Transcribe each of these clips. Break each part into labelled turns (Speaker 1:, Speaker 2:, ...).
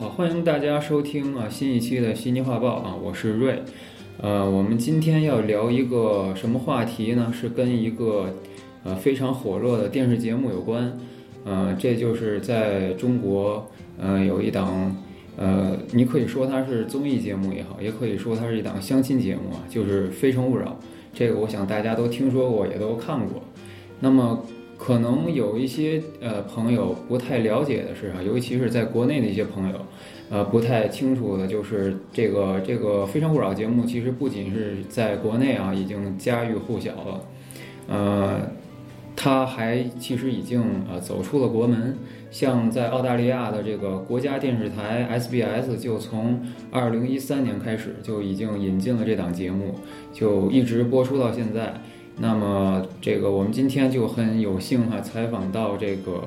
Speaker 1: 呃欢迎大家收听啊新一期的悉尼画报啊，我是瑞。呃，我们今天要聊一个什么话题呢？是跟一个呃非常火热的电视节目有关。呃，这就是在中国呃有一档呃，你可以说它是综艺节目也好，也可以说它是一档相亲节目啊，就是《非诚勿扰》。这个我想大家都听说过，也都看过。那么可能有一些呃朋友不太了解的是啊，尤其是在国内的一些朋友，呃不太清楚的就是这个这个《非诚勿扰》节目，其实不仅是在国内啊已经家喻户晓了，呃，它还其实已经呃走出了国门，像在澳大利亚的这个国家电视台 SBS 就从二零一三年开始就已经引进了这档节目，就一直播出到现在。那么，这个我们今天就很有幸哈、采访到这个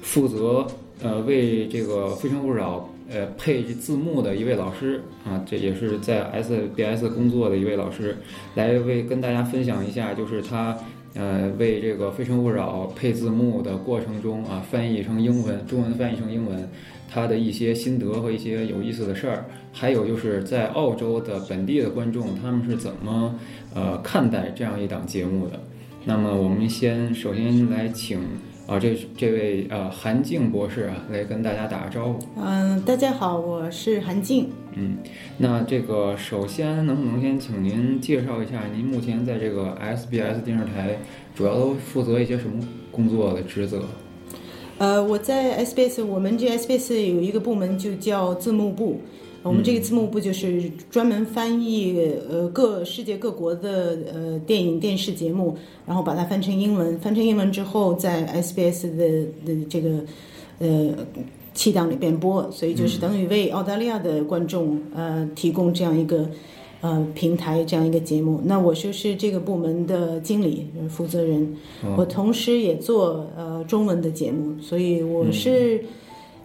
Speaker 1: 负责呃为这个《非诚勿扰》呃配字幕的一位老师啊，这也是在 SBS 工作的一位老师，来为跟大家分享一下，就是他呃为这个《非诚勿扰》配字幕的过程中啊，翻译成英文，中文翻译成英文，他的一些心得和一些有意思的事儿，还有就是在澳洲的本地的观众他们是怎么。呃看待这样一档节目的。那么我们先首先来请啊、这这位呃韩静博士啊来跟大家打个招呼。
Speaker 2: 嗯，大家好，我是韩静。
Speaker 1: 嗯，那这个首先能不能先请您介绍一下您目前在这个 SBS 电视台主要都负责一些什么工作的职责？
Speaker 2: 呃，我在 SBS，我们这 SBS 有一个部门就叫字幕部，我们这个字幕部就是专门翻译呃各世界各国的呃电影电视节目，然后把它翻成英文，翻成英文之后在 SBS 的的这个呃七档里边播，所以就是等于为澳大利亚的观众呃提供这样一个。呃，平台这样一个节目，那我就是这个部门的经理、呃负责人，我同时也做呃中文的节目，所以我是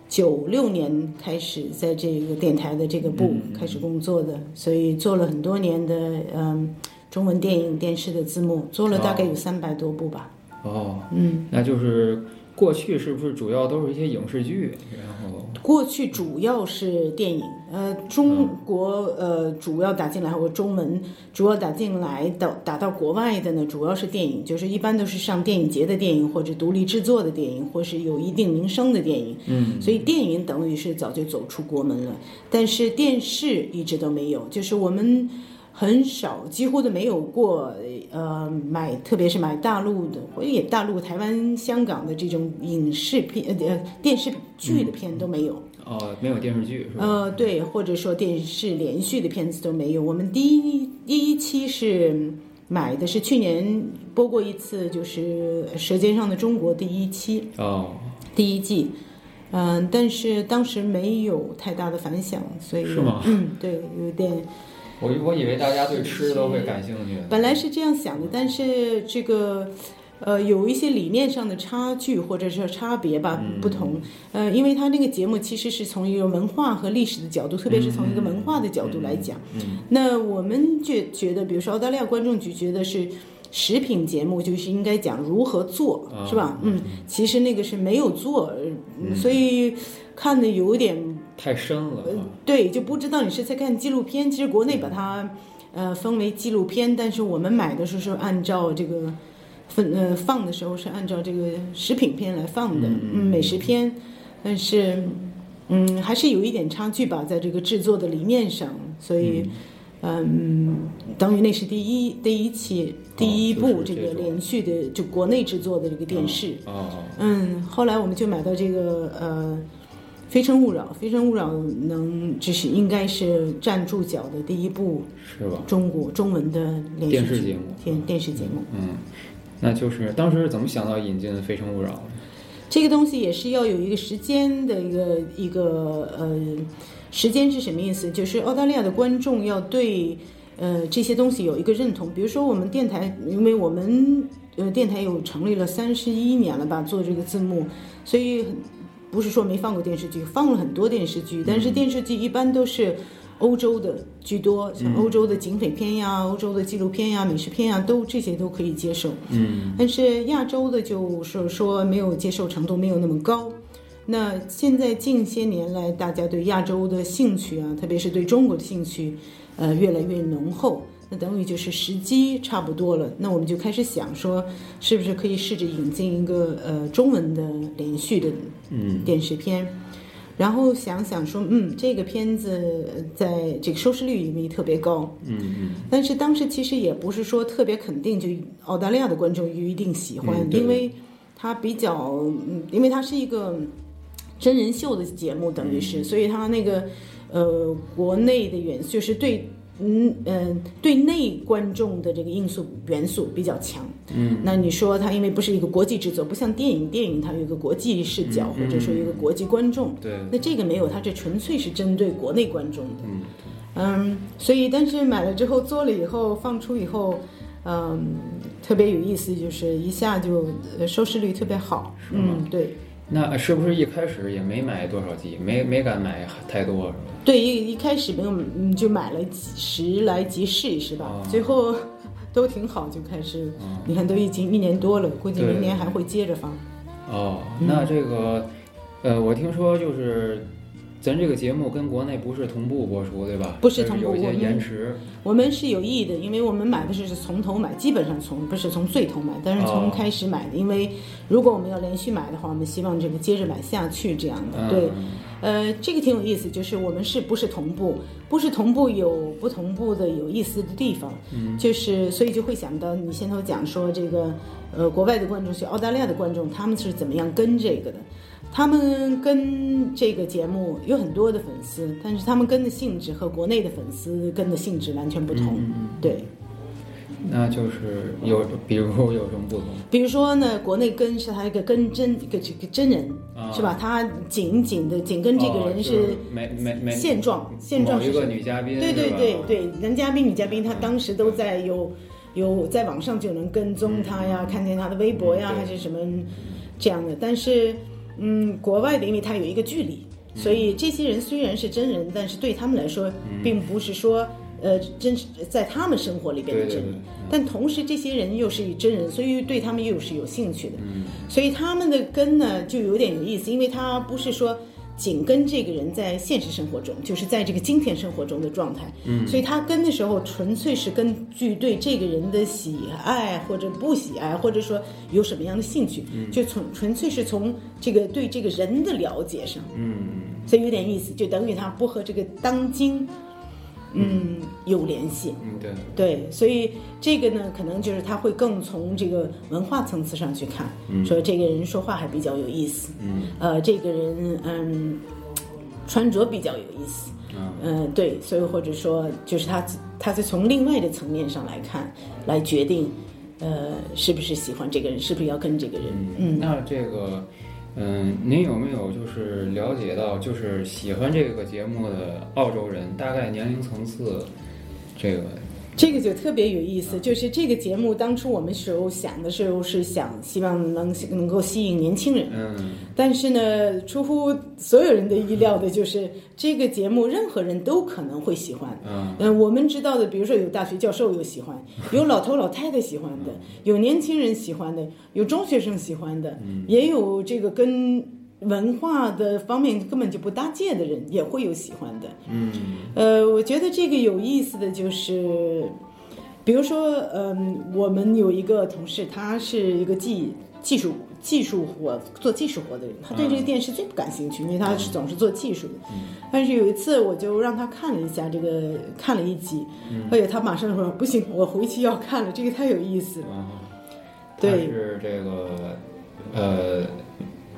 Speaker 2: 九六年开始在这个电台的这个部开始工作的，所以做了很多年的嗯、中文电影电视的字幕，做了大概有三百多部吧。
Speaker 1: 哦，嗯，那就是过去是不是主要都是一些影视剧，然后
Speaker 2: 过去主要是电影，呃，中国呃主要打进来，或者中文主要打进来到打到国外的呢，主要是电影，就是一般都是上电影节的电影，或者独立制作的电影，或是有一定名声的电影。嗯，所以电影等于是早就走出国门了，但是电视一直都没有，就是我们。很少，几乎都没有过，呃，买特别是买大陆的，或者也大陆、台湾、香港的这种影视片、呃电视剧的片都没有。
Speaker 1: 哦没有电视剧是吧？
Speaker 2: 呃，对，或者说电视连续的片子都没有。我们第一第一期是买的是去年播过一次，就是《舌尖上的中国》第一期
Speaker 1: 哦，
Speaker 2: 第一季，嗯、但是当时没有太大的反响，所以
Speaker 1: 是吗
Speaker 2: 嗯，对，有点。
Speaker 1: 我我以为大家对吃都会感兴趣。
Speaker 2: 本来是这样想的，但是这个。呃，有一些理念上的差距或者是差别吧，不同。呃，因为他那个节目其实是从一个文化和历史的角度，特别是从一个文化的角度来
Speaker 1: 嗯
Speaker 2: 讲。那我们觉觉得，比如说澳大利亚观众局觉得是食品节目，就是应该讲如何做，
Speaker 1: 啊
Speaker 2: 是吧？嗯，其实那个是没有做，呃所以看的有点
Speaker 1: 太深了啊。
Speaker 2: 对，就不知道你是在看纪录片。其实国内把
Speaker 1: 嗯
Speaker 2: 它呃分为纪录片，但是我们买的时候是按照这个分呃放的时候是按照这个食品片来放的，嗯，美食片，但是嗯还是有一点差距吧，在这个制作的理念上，所以。嗯
Speaker 1: 嗯
Speaker 2: 等于那是第一第一期第一
Speaker 1: 哦
Speaker 2: 部
Speaker 1: 就是这
Speaker 2: 这个
Speaker 1: 种
Speaker 2: 连续的就国内制作的这个电视，
Speaker 1: 哦，
Speaker 2: 嗯，后来我们就买到这个呃，《非诚勿扰》，《非诚勿扰》能这是应该是站住脚的第一部
Speaker 1: 是吧？
Speaker 2: 中国中文的连
Speaker 1: 电
Speaker 2: 续
Speaker 1: 视
Speaker 2: 剧
Speaker 1: 节目
Speaker 2: 电电视节目。
Speaker 1: 嗯，那就是当时是怎么想到引进《非诚勿扰》的？
Speaker 2: 这个东西也是要有一个时间的一个一个呃，时间是什么意思？就是澳大利亚的观众要对呃这些东西有一个认同。比如说我们电台，因为我们呃电台有成立了三十一年了吧，做这个字幕，所以不是说没放过电视剧，放了很多电视剧，但是电视剧一般都是。欧洲的居多，像欧洲的警匪片呀、欧洲的纪录片呀、美食片呀，都这些都可以接受。但是亚洲的就是说没有接受程度没有那么高，那现在近些年来，大家对亚洲的兴趣啊，特别是对中国的兴趣，呃，越来越浓厚。那等于就是时机差不多了，那我们就开始想说，是不是可以试着引进一个呃中文的连续的电视片，然后想想说，嗯，这个片子呃在这个收视率也没特别高，
Speaker 1: 嗯嗯
Speaker 2: 但是当时其实也不是说特别肯定，就澳大利亚的观众一定喜欢，
Speaker 1: 嗯对
Speaker 2: 因为它比较，嗯，因为它是一个真人秀的节目，等于
Speaker 1: 嗯
Speaker 2: 是，所以它那个呃国内的元就是对。嗯嗯、呃对内观众的这个因素元素比较强。嗯，那你说它因为不是一个国际制作，不像电影，电影它有一个国际视角，
Speaker 1: 嗯
Speaker 2: 或者说有一个国际观众。
Speaker 1: 嗯，对，
Speaker 2: 那这个没有，它这纯粹是针对国内观众的。
Speaker 1: 嗯
Speaker 2: 嗯，所以但是买了之后做了以后放出以后，嗯，特别有意思，就是一下就呃收视率特别好。
Speaker 1: 是吗
Speaker 2: 嗯，对
Speaker 1: 那是不是一开始也没买多少集，没没敢买太多是吧？
Speaker 2: 对，一一开始没有嗯就买了几十来集试是吧？
Speaker 1: 哦
Speaker 2: 最后 都挺好，就开始、
Speaker 1: 嗯
Speaker 2: 你看都已经一年多了，估计
Speaker 1: 对
Speaker 2: 明年还会接着放。
Speaker 1: 哦，那这个，呃，我听说就是咱这个节目跟国内不是同步播出，对吧？
Speaker 2: 不是同步
Speaker 1: 有
Speaker 2: 嗯
Speaker 1: 一
Speaker 2: 我
Speaker 1: 些
Speaker 2: 们
Speaker 1: 延迟。
Speaker 2: 我们是有意的，因为我们买的是是从头买，基本上从不是从最头买，但是从
Speaker 1: 哦
Speaker 2: 开始买的。因为如果我们要连续买的话，我们希望这个接着买下去这样的。
Speaker 1: 嗯、
Speaker 2: 对，呃，这个挺有意思，就是我们是不是同步？不是同步有不同步的有意思的地方，嗯，就是所以就会想到你先头讲说这个，呃，国外的观众，去澳大利亚的观众，他们是怎么样跟这个的？他们跟这个节目有很多的粉丝，但是他们跟的性质和国内的粉丝跟的性质完全不同，
Speaker 1: 嗯
Speaker 2: 对。
Speaker 1: 那就是有，比如有什么不同？
Speaker 2: 比如说呢，国内跟是他一个跟真一个这个真人、
Speaker 1: 啊
Speaker 2: 是吧？他紧紧的紧跟这个人是
Speaker 1: 哦、每每每
Speaker 2: 现状，现状
Speaker 1: 某
Speaker 2: 是
Speaker 1: 一
Speaker 2: 什
Speaker 1: 个
Speaker 2: 么？
Speaker 1: 女嘉宾，
Speaker 2: 对对
Speaker 1: 是吧
Speaker 2: 对，对，男嘉宾、女嘉宾，他当时都在有有在网上就能跟踪他呀，看见他的微博呀，
Speaker 1: 嗯嗯对
Speaker 2: 还是什么这样的。但是，嗯，国外的，因为他有一个距离，所以这些人虽然是真人，但是对他们来说，
Speaker 1: 嗯
Speaker 2: 并不是说。呃，真实在他们生活里边的
Speaker 1: 对对
Speaker 2: 真人，
Speaker 1: 对
Speaker 2: 但同时这些人又是真人，所以对他们又是有兴趣的。
Speaker 1: 嗯
Speaker 2: 所以他们的根呢就有点有意思，因为他不是说紧跟这个人在现实生活中，就是在这个今天生活中的状态。嗯，所以他跟的时候纯粹是根据对这个人的喜爱或者不喜爱，或者说有什么样的兴趣，就从纯粹是从这个对这个人的了解上，
Speaker 1: 嗯，
Speaker 2: 所以有点意思，就等于他不和这个当今，嗯，有联系。
Speaker 1: 嗯对，
Speaker 2: 对，所以这个呢，可能就是他会更从这个文化层次上去看，说这个人说话还比较有意思，
Speaker 1: 嗯
Speaker 2: 呃，这个人嗯，穿着比较有意思，
Speaker 1: 啊
Speaker 2: 嗯、对，所以或者说就是他他是从另外的层面上来看，来决定，呃，是不是喜欢这个人，是不是要跟这个人，
Speaker 1: 嗯，那这个。嗯，您有没有就是了解到，就是喜欢这个节目的澳洲人大概年龄层次，这个
Speaker 2: 这个就特别有意思，就是这个节目当初我们时候想的时候是想希望能能够吸引年轻人。
Speaker 1: 嗯
Speaker 2: 但是呢，出乎所有人的意料的就是，这个节目任何人都可能会喜欢。
Speaker 1: 嗯
Speaker 2: 嗯，我们知道的，比如说有大学教授有喜欢，有老头老太太喜欢的，有年轻人喜欢的，有中学生喜欢的，也有这个跟文化的方面根本就不搭界的人也会有喜欢的。
Speaker 1: 嗯
Speaker 2: 呃，我觉得这个有意思的就是，比如说，嗯，我们有一个同事，他是一个技技术技术活做技术活的人，他对这个电视最不感兴趣，因为他是总是做技术的。但是有一次，我就让他看了一下这个，看了一集，哎呀，他马上说不行，我回去要看了，这个太有意思了。
Speaker 1: 啊，
Speaker 2: 对
Speaker 1: 他是这个呃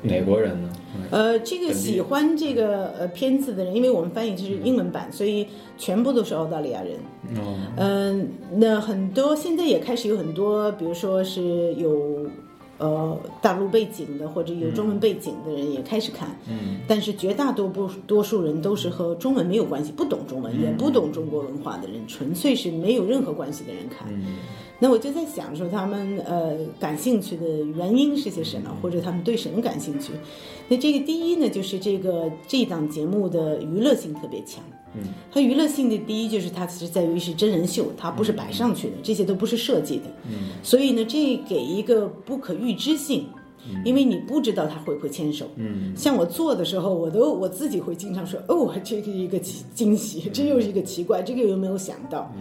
Speaker 1: 美国人呢，嗯
Speaker 2: 呃，这个喜欢这个呃片子的人，因为我们翻译就是英文版，所以全部都是澳大利亚人。
Speaker 1: 哦
Speaker 2: 嗯，那很多现在也开始有很多，比如说是有呃大陆背景的或者有中文背景的人也开始看，
Speaker 1: 嗯
Speaker 2: 但是绝大多部多数人都是和中文没有关系，不懂中文也不懂中国文化的人，纯粹是没有任何关系的人看。
Speaker 1: 嗯
Speaker 2: 那我就在想说，他们呃感兴趣的原因是些什么，或者他们对什么感兴趣？那这个第一呢，就是这个这档节目的娱乐性特别强。
Speaker 1: 嗯，
Speaker 2: 它娱乐性的第一就是它其实在于是真人秀，它不是摆上去的，这些都不是设计的。
Speaker 1: 嗯，
Speaker 2: 所以呢，这给一个不可预知性。因为你不知道他会不会牵手。
Speaker 1: 嗯，
Speaker 2: 像我做的时候，我都我自己会经常说：“哦，这个一个奇惊喜，这又是一个奇怪，这个又没有想到。”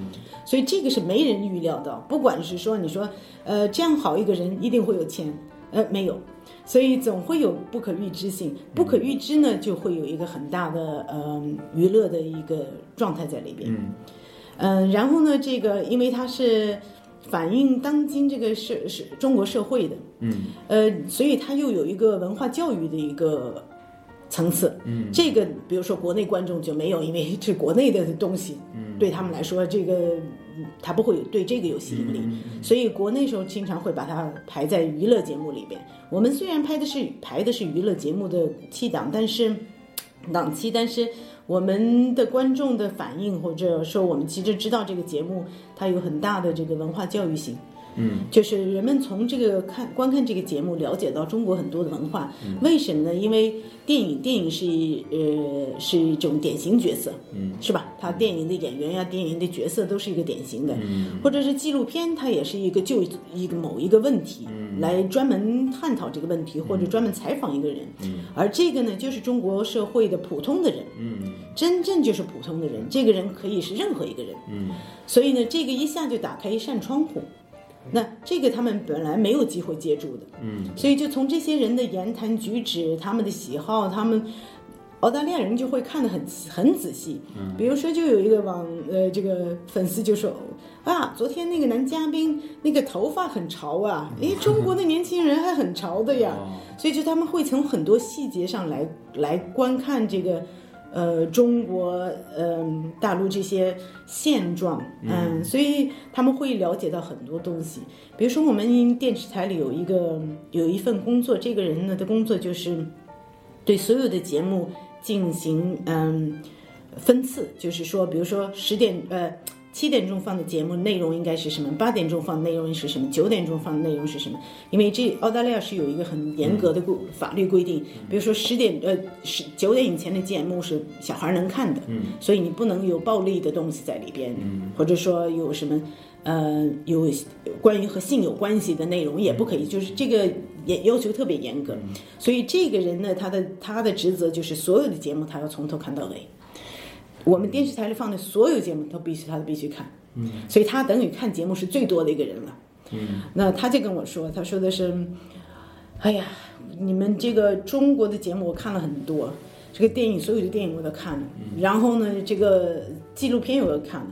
Speaker 2: 所以这个是没人预料到。不管是说你说，呃，这样好一个人一定会有钱，呃，没有，所以总会有不可预知
Speaker 1: 嗯
Speaker 2: 性。不可预知呢，就会有一个很大的呃娱乐的一个状态在里边。
Speaker 1: 嗯
Speaker 2: 嗯，然后呢，这个因为它是反映当今这个社是中国社会的，
Speaker 1: 嗯
Speaker 2: 呃，所以它又有一个文化教育的一个层次。
Speaker 1: 嗯，
Speaker 2: 这个比如说国内观众就没有，因为是国内的东西，
Speaker 1: 嗯，
Speaker 2: 对他们来说，这个嗯他不会对这个有吸引力。所以国内时候经常会把它排在娱乐节目里边。我们虽然拍的是排的是娱乐节目的七档，但是档期，但是我们的观众的反应，或者说我们其实知道这个节目它有很大的这个文化教育性。
Speaker 1: 嗯，
Speaker 2: 就是人们从这个看观看这个节目，了解到中国很多的文化。为什么呢？因为电影，电影是呃是一种典型角色，
Speaker 1: 嗯，
Speaker 2: 是吧？它电影的演员呀、电影的角色都是一个典型的，
Speaker 1: 嗯
Speaker 2: 或者是纪录片，它也是一个就一个某一个问题、
Speaker 1: 嗯
Speaker 2: 来专门探讨这个问题，或者专门采访一个人。而这个呢，就是中国社会的普通的人，
Speaker 1: 嗯
Speaker 2: 真正就是普通的人。这个人可以是任何一个人，
Speaker 1: 嗯
Speaker 2: 所以呢，这个一下就打开一扇窗户。那这个他们本来没有机会接触的，
Speaker 1: 嗯
Speaker 2: 所以就从这些人的言谈举止、他们的喜好，他们澳大利亚人就会看得很很仔细。比如说，就有一个网呃，这个粉丝就说啊，昨天那个男嘉宾那个头发很潮啊，诶，中国的年轻人还很潮的呀。
Speaker 1: 哦
Speaker 2: 所以就他们会从很多细节上来来观看这个，呃，中国嗯、大陆这些现状，嗯，所以他们会了解到很多东西。比如说，我们电视台里有一个有一份工作，这个人呢的工作就是对所有的节目进行嗯分次，就是说，比如说十点呃。七点钟放的节目内容应该是什么？八点钟放的内容是什么？九点钟放的内容是什么？因为这澳大利亚是有一个很严格的规法律规定，比如说十点呃十九点以前的节目是小孩能看的，所以你不能有暴力的东西在里边，或者说有什么呃有关于和性有关系的内容也不可以，就是这个也要求特别严格。所以这个人呢，他的他的职责就是所有的节目他要从头看到尾。我们电视台里放的所有节目，他必须他都必须看，嗯，所以他等于看节目是最多的一个人了。嗯，那他就跟我说，他说的是，哎呀，你们这个中国的节目我看了很多，这个电影所有的电影我都看了，然后呢，这个纪录片我也看了，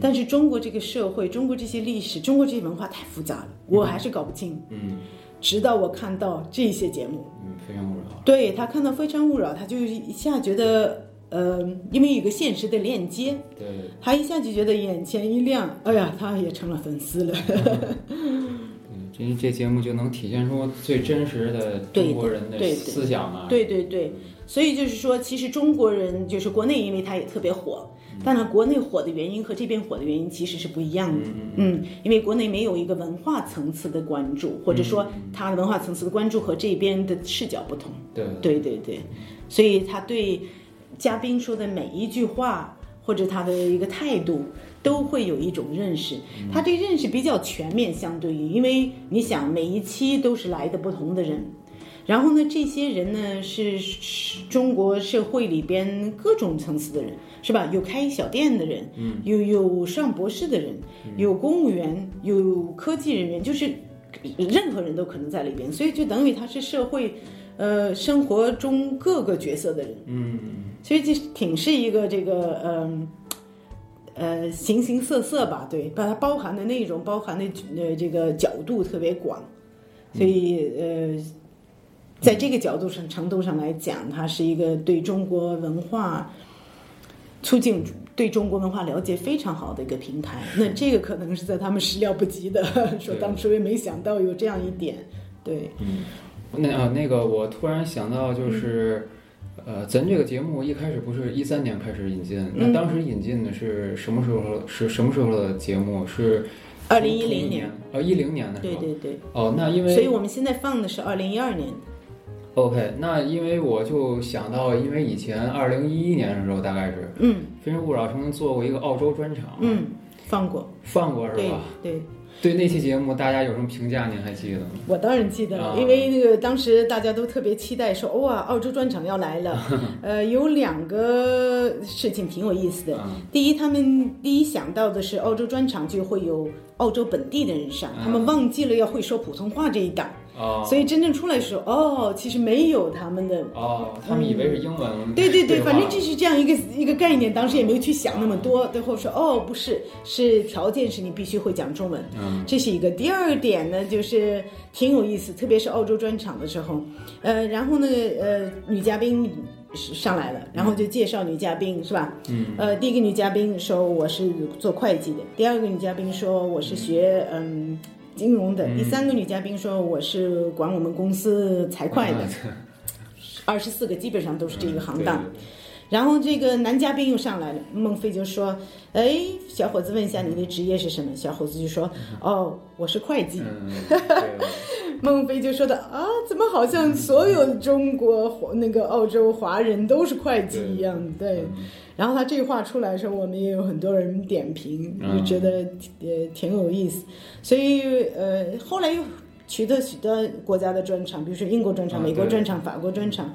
Speaker 2: 但是中国这个社会，中国这些历史，中国这些文化太复杂了，我还是搞不清。
Speaker 1: 嗯
Speaker 2: 直到我看到这些节目，
Speaker 1: 嗯，非常好。
Speaker 2: 对他看到《非诚勿扰》，他就一下觉得，呃，因为有个现实的链接，
Speaker 1: 对，
Speaker 2: 他一下就觉得眼前一亮，哎呀，他也成了粉丝了。
Speaker 1: 嗯，这这节目就能体现出最真实的中国人的
Speaker 2: 对对对
Speaker 1: 思想啊。
Speaker 2: 对对对，所以就是说，其实中国人就是国内，因为他也特别火，当然国内火的原因和这边火的原因其实是不一样的。嗯，因为国内没有一个文化层次的关注，或者说他的文化层次的关注和这边的视角不同。
Speaker 1: 对
Speaker 2: 对对对，所以他对嘉宾说的每一句话，或者他的一个态度，都会有一种认识。他这认识比较全面，相对于，因为你想每一期都是来的不同的人，然后呢，这些人呢是是中国社会里边各种层次的人，是吧？有开小店的人，有有上博士的人，有公务员，有科技人员，就是任何人都可能在里边，所以就等于他是社会。呃，生活中各个角色的人，
Speaker 1: 嗯
Speaker 2: 所以这挺是一个这个嗯呃形形色色吧，对，把它包含的内容、包含的呃这个角度特别广，所以呃，在这个角度上程度上来讲，它是一个对中国文化促进。对中国文化了解非常好的一个平台，那这个可能是在他们始料不及的，说当初也没想到有这样一点，对，
Speaker 1: 嗯，那啊、那个我突然想到
Speaker 2: 嗯
Speaker 1: 就是。呃，咱这个节目一开始不是一三年开始引进，那
Speaker 2: 嗯
Speaker 1: 当时引进的是什么时候？是什么时候的节目？是
Speaker 2: 二零一
Speaker 1: 同
Speaker 2: 零
Speaker 1: 一
Speaker 2: 年，，
Speaker 1: 呃，一零年的时
Speaker 2: 对
Speaker 1: 候。
Speaker 2: 对对。
Speaker 1: 哦，那因为
Speaker 2: 所以我们现在放的是二零一二年，
Speaker 1: OK，那因为我就想到，因为以前二零一一年的时候，大概是
Speaker 2: 嗯
Speaker 1: 《非诚勿扰》曾经做过一个澳洲专场，，
Speaker 2: 嗯，放过，
Speaker 1: 放过是
Speaker 2: 对
Speaker 1: 哦吧？
Speaker 2: 对。
Speaker 1: 对那期节目大家有什么评价？您还记得吗？
Speaker 2: 我当然记得了，
Speaker 1: 啊
Speaker 2: 因为那个当时大家都特别期待说，哇，澳洲专场要来 了。呃，有两个事情挺有意思的。
Speaker 1: 啊
Speaker 2: 第一，他们第一想到的是澳洲专场就会有澳洲本地的人上，
Speaker 1: 啊
Speaker 2: 他们忘记了要会说普通话这一档，
Speaker 1: 哦
Speaker 2: 所以真正出来的时候，哦，其实没有他们的。
Speaker 1: 哦，他们以为是英文。
Speaker 2: 对对对，
Speaker 1: 话
Speaker 2: 反正就是这样一个一个概念，当时也没有去想那么多。最后说，哦，不是，是条件是你必须会讲中文。
Speaker 1: 嗯
Speaker 2: 这是一个。第二点呢，就是挺有意思，特别是澳洲专场的时候，呃，然后呢，呃，女嘉宾上来了，然后就介绍女嘉宾是吧？嗯。呃，第一个女嘉宾说我是做会计的，第二个女嘉宾说我是学嗯。金融的第三个女嘉宾说：“我是管我们公司财会的，二十四个基本上都是这个行当。。
Speaker 1: 嗯嗯对对对
Speaker 2: 然后这个男嘉宾又上来了，孟非就说：“哎，小伙子，问一下你的职业是什么？”小伙子就说：“哦，我是会计。
Speaker 1: 嗯，对
Speaker 2: 孟非就说的：“啊，怎么好像所有中国那个澳洲华人都是会计一样？”对。
Speaker 1: 嗯
Speaker 2: 然后他这话出来的时候，我们也有很多人点评，
Speaker 1: 嗯
Speaker 2: 就觉得也挺有意思。所以呃，后来又取得许多国家的专场，比如说英国专场、
Speaker 1: 啊
Speaker 2: 美国
Speaker 1: 对
Speaker 2: 专场、法国专场。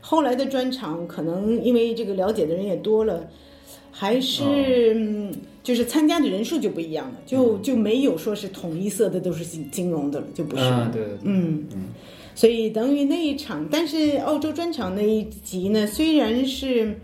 Speaker 2: 后来的专场可能因为这个了解的人也多了，还是、嗯就是参加的人数就不一样了，就就没有说是统一色的都是金金融的了，就不是。
Speaker 1: 嗯，对对对
Speaker 2: 嗯，所以等于那一场，但是澳洲专场那一集呢，虽然是，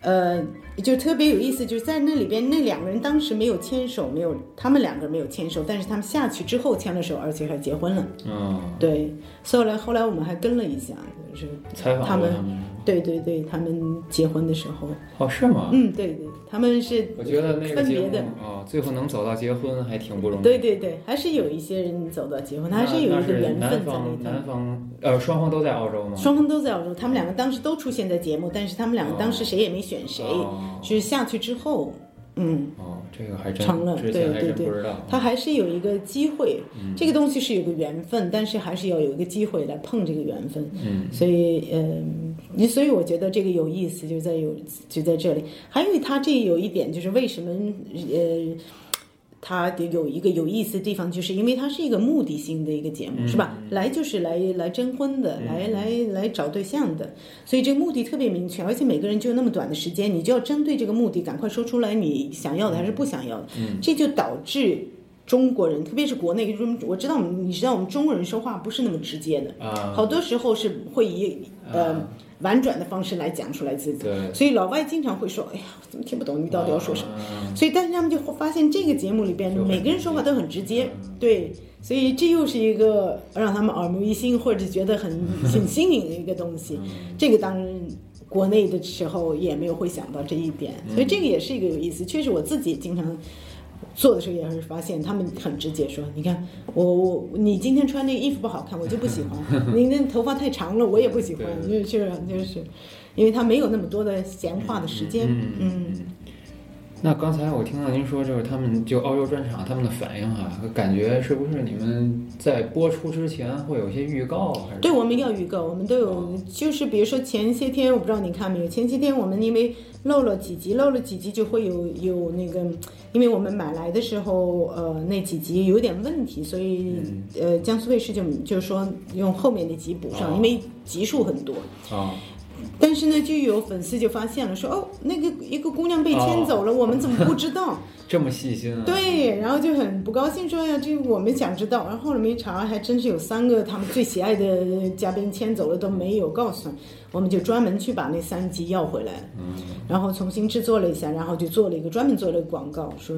Speaker 2: 呃，就特别有意思，就是在那里边那两个人当时没有牵手，没有他们两个没有牵手，但是他们下去之后牵了手，而且还结婚了。
Speaker 1: 嗯，
Speaker 2: 对，所以后来后来我们还跟了一下，就是
Speaker 1: 采访
Speaker 2: 他
Speaker 1: 过
Speaker 2: 们
Speaker 1: 他们。
Speaker 2: 对对对，他们结婚的时候，
Speaker 1: 哦，是吗？
Speaker 2: 嗯，对对，他们是
Speaker 1: 我觉得那个
Speaker 2: 嗯分
Speaker 1: 节
Speaker 2: 别
Speaker 1: 目
Speaker 2: 的
Speaker 1: 哦，最后能走到结婚还挺不容易。
Speaker 2: 对对对，还是有一些人走到结婚，还是有
Speaker 1: 那
Speaker 2: 一个
Speaker 1: 是
Speaker 2: 缘分
Speaker 1: 南
Speaker 2: 在里
Speaker 1: 方
Speaker 2: 头。
Speaker 1: 南方呃，双方都在澳洲吗？
Speaker 2: 双方都在澳洲，他们两个当时都出现在节目，但是他们两个当时谁也没选谁，
Speaker 1: 哦
Speaker 2: 就是下去之后，嗯，
Speaker 1: 哦，这个还真
Speaker 2: 成了
Speaker 1: 之前还
Speaker 2: 对对
Speaker 1: 真不知道。
Speaker 2: 他还是有一个机会。这个东西是有个缘分，但是还是要有一个机会来碰这个缘分。
Speaker 1: 嗯，
Speaker 2: 所以，嗯，你所以我觉得这个有意思，就在有就在这里。还有他这有一点就是为什么呃，他得有一个有意思的地方，就是因为它是一个目的性的一个节目，是吧？来就是来来征婚的，来来来找对象的，所以这个目的特别明确，而且每个人就那么短的时间，你就要针对这个目的赶快说出来你想要的还是不想要的，这就导致。中国人，特别是国内，中我知道我们，你知道我们中国人说话不是那么直接的，
Speaker 1: 啊，
Speaker 2: 好多时候是会以呃
Speaker 1: 啊
Speaker 2: 婉转的方式来讲出来自己，
Speaker 1: 对，嗯
Speaker 2: 所以老外经常会说：“哎呀，我怎么听不懂你到底要说什么？”
Speaker 1: 么？
Speaker 2: 所以，但是他们就会发现这个节目里边
Speaker 1: 就很嗯
Speaker 2: 每个人说话都很直接，对，所以这又是一个让他们耳目一新或者觉 得很很新颖的一个东西。
Speaker 1: 嗯
Speaker 2: 这个当然国内的时候也没有会想到这一点，
Speaker 1: 嗯
Speaker 2: 所以这个也是一个有意思。确实，我自己经常。做的时候也是发现他们很直接说，你看我我你今天穿那个衣服不好看，我就不喜 欢；你那头发太长了，我也不喜欢。就是就是，因为他没有那么多的闲话的时间，
Speaker 1: 嗯
Speaker 2: 嗯
Speaker 1: 那刚才我听到您说，就是他们就澳洲专场他们的反应啊，感觉是不是你们在播出之前会有一些预告还是？
Speaker 2: 对，我们要预告，我们都
Speaker 1: 哦
Speaker 2: 有，就是比如说前些天，我不知道你看没有，前些天我们因为漏了几集，漏了几集就会有有那个，因为我们买来的时候，呃，那几集有点问题，所以、
Speaker 1: 嗯
Speaker 2: 呃，江苏卫视就就说用后面那集补上，
Speaker 1: 哦
Speaker 2: 因为集数很多。
Speaker 1: 啊，
Speaker 2: 但是呢，就有粉丝就发现了，说哦，那个一个姑娘被
Speaker 1: 哦
Speaker 2: 牵走了，我们怎么不知道？
Speaker 1: 这么细心啊？
Speaker 2: 对，然后就很不高兴说哎呀，这我们想知道，然后后来没查，还真是有三个他们最喜爱的嘉宾牵走了都没有告诉他们，我们就专门去把那三集要回来，
Speaker 1: 嗯
Speaker 2: 然后重新制作了一下，然后就做了一个专门做了一个广告，说